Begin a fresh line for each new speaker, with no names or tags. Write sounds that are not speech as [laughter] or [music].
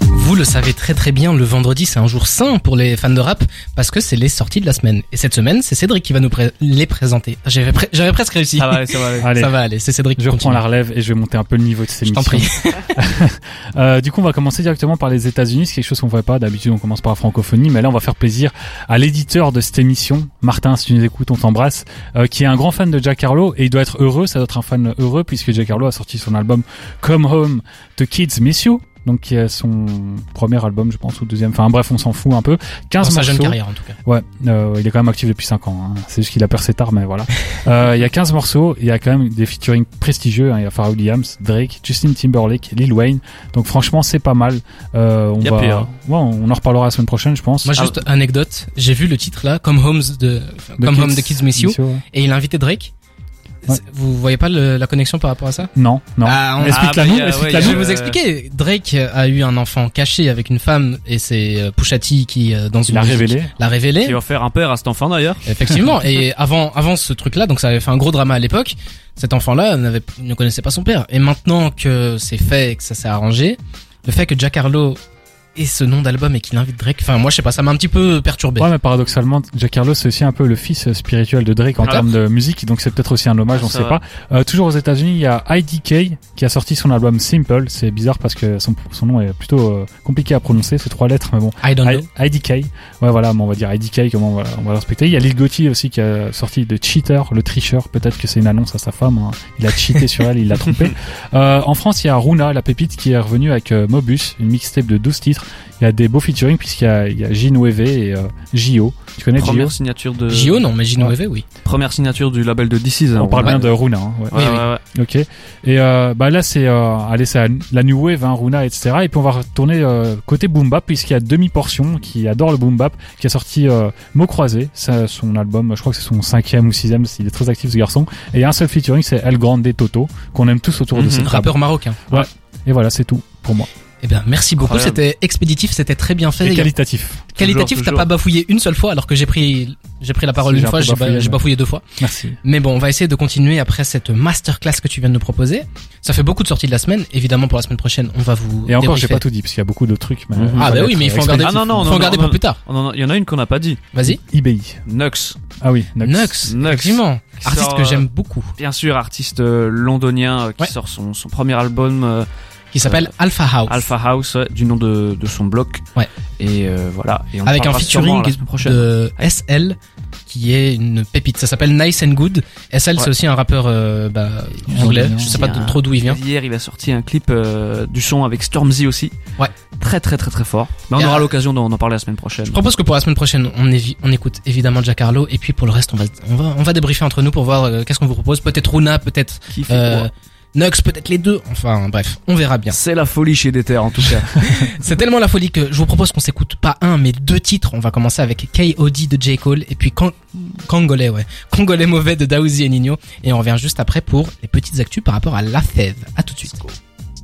Vous le savez très très bien, le vendredi c'est un jour sain pour les fans de rap parce que c'est les sorties de la semaine. Et cette semaine, c'est Cédric qui va nous pré- les présenter. Ah, J'avais, pre- j'avais presque réussi.
Ça va aller, ça va
[laughs]
aller.
Ça
Allez,
va aller, c'est Cédric.
je reprends
continue.
la relève et je vais monter un peu le niveau de cette
Je t'en
émission.
prie.
Euh, du coup, on va commencer directement par les États-Unis. C'est quelque chose qu'on ne fait pas. D'habitude, on commence par la francophonie, mais là, on va faire plaisir à l'éditeur de cette émission, Martin. Si tu nous écoutes, on t'embrasse. euh, qui est un grand fan de Jack Harlow et il doit être heureux. Ça doit être un fan heureux puisque Jack Harlow a sorti son album Come Home, The Kids Miss You. Donc, qui est son premier album, je pense, ou deuxième. Enfin, bref, on s'en fout un peu. 15
Dans sa jeune
morceaux.
carrière en tout cas.
Ouais, euh, il est quand même actif depuis 5 ans. hein. C'est juste qu'il a percé tard, mais
[laughs]
voilà. Euh, Il y a 15 morceaux, il y a quand même des featuring prestigieux. hein. Il y a Pharrell Williams, Drake, Justin Timberlake, Lil Wayne. Donc franchement, c'est pas mal. Euh, on
Il y a
va,
pire.
Ouais, on en reparlera la semaine prochaine, je pense.
Moi juste anecdote, j'ai vu le titre là, Come Homes de
The
Come Home de Kids Miss You,
Miss You, ouais.
et il a invité Drake.
Ouais.
C'est- Vous voyez pas le- la connexion par rapport à ça
Non, non.
Ah, on-
Explique-la
Ah, bah,
nous,
il y a- ouais,
explique-la
il y
Je
a-
vais
nous.
vous expliquer. Drake a eu un enfant caché avec une femme et c'est euh, Pusha T qui euh, dans une
Il a
musique,
révélé.
l'a révélé.
Qui va faire un père à cet enfant d'ailleurs.
Effectivement. et avant, avant ce truc-là, donc ça avait fait un gros drama à l'époque. Cet enfant-là n'avait, ne connaissait pas son père. Et maintenant que c'est fait et que ça s'est arrangé, le fait que Jack Harlow ait ce nom d'album et qu'il invite Drake, enfin, moi, je sais pas, ça m'a un petit peu perturbé.
Ouais, mais paradoxalement, Jack Harlow, c'est aussi un peu le fils spirituel de Drake en
Ah.
termes de musique, donc c'est peut-être aussi un hommage, on
Ça
sait
va.
pas. Euh, toujours aux États-Unis, il y a IDK qui a sorti son album Simple. C'est bizarre parce que son, son nom est plutôt euh, compliqué à prononcer, c'est trois lettres, mais bon.
I don't know.
I- IDK, ouais voilà, mais on va dire IDK, comment on va, on va le respecter. Il y a Lil Gotti aussi qui a sorti The Cheater, le tricheur, peut-être que c'est une annonce à sa femme, hein. il a cheaté sur elle, il l'a trompé. Euh, en France, il y a Runa, la pépite, qui est revenue avec euh, Mobus, une mixtape de 12 titres. Il y a des beaux featuring puisqu'il y a, il y a J9V et euh, JO. Tu connais JO
Première signature de.
JO, non, mais Gino Eve, oui.
Première signature du label de DC's.
On parle bien de Runa, hein, ouais.
Ouais,
Oui,
ouais, ouais.
Ok. Et euh, bah là c'est euh, allez c'est la- la new wave, hein, Runa, etc. Et puis on va retourner euh, côté boom bap puisqu'il y a demi portion qui adore le boom bap, qui a sorti euh, Mots croisés, ça, son album, je crois que c'est son cinquième ou sixième, il est très actif ce garçon. Et il y a un seul featuring, c'est El Grande Toto qu'on aime tous autour de
Mhm.
cette table.
Rappeur marocain.
Et voilà, c'est tout pour moi.
Eh bien, merci beaucoup.
Incroyable.
C'était expéditif, c'était très bien fait.
Et
les gars.
qualitatif.
Qualitatif,
Toujours,
t'as
toujours.
pas bafouillé une seule fois, alors que j'ai pris, j'ai pris la parole
Si,
une
j'ai un
fois,
peu
j'ai ba-
bafouillé,
j'ai
mais-
bafouillé deux fois.
Merci.
Mais bon, on va essayer de continuer après cette masterclass que tu viens de nous proposer. Ça fait beaucoup de sorties de la semaine. Évidemment, pour la semaine prochaine, on va vous.
Et encore, j'ai
débriefer.
pas tout dit parce qu'il y a beaucoup de trucs. Mais
Mhm.
on
Ah
va
bah oui,
être
mais il faut en
expéditif.
garder.
Ah non, non,
faut en
non,
garder
non,
pour
non.
plus tard.
Oh, non, non, Il y en a une qu'on n'a pas dit.
Vas-y.
IBI.
Nux.
Ah oui. Nux.
Nux,
Nux.
effectivement.
Qui
Artiste
sort,
que
euh,
j'aime beaucoup,
Bien sûr, artiste euh, londonien euh, qui
Ouais.
sort son, son premier album euh,
qui s'appelle Alpha House.
Alpha House, ouais, du nom de, de son bloc.
Ouais.
Et euh, voilà. Et on
Avec un
parlera
featuring
sûrement la semaine prochaine.
de SL, qui est une pépite. Ça s'appelle Nice and Good. SL, c'est
Ouais.
aussi un rappeur euh, bah,
Il
anglais.
vient-
Je sais pas
il y a-
trop d'où il vient.
Hier, il a sorti un clip euh, du son avec Stormzy aussi.
Ouais.
Très, très, très, très fort. Mais on
Et, euh,
aura l'occasion d'en d'en parler la semaine prochaine.
Je propose que pour la semaine prochaine, on, évi- on écoute évidemment Jack Harlow et puis pour le reste, on va, on va, on va débriefer entre nous pour voir euh, qu'est-ce qu'on vous propose. Peut-être Runa, peut-être
Qui fait
euh,
quoi
Nux, peut-être les deux. Enfin bref, on verra bien.
C'est la folie chez DTR en tout cas.
C'est tellement la folie que je vous propose qu'on s'écoute pas un mais deux titres. On va commencer avec K.O.D. de J. Cole et puis Con- Congolais, ouais. Congolais mauvais de Daouzi et Nino. Et on revient juste après pour les petites actus par rapport à la fève. À tout de suite.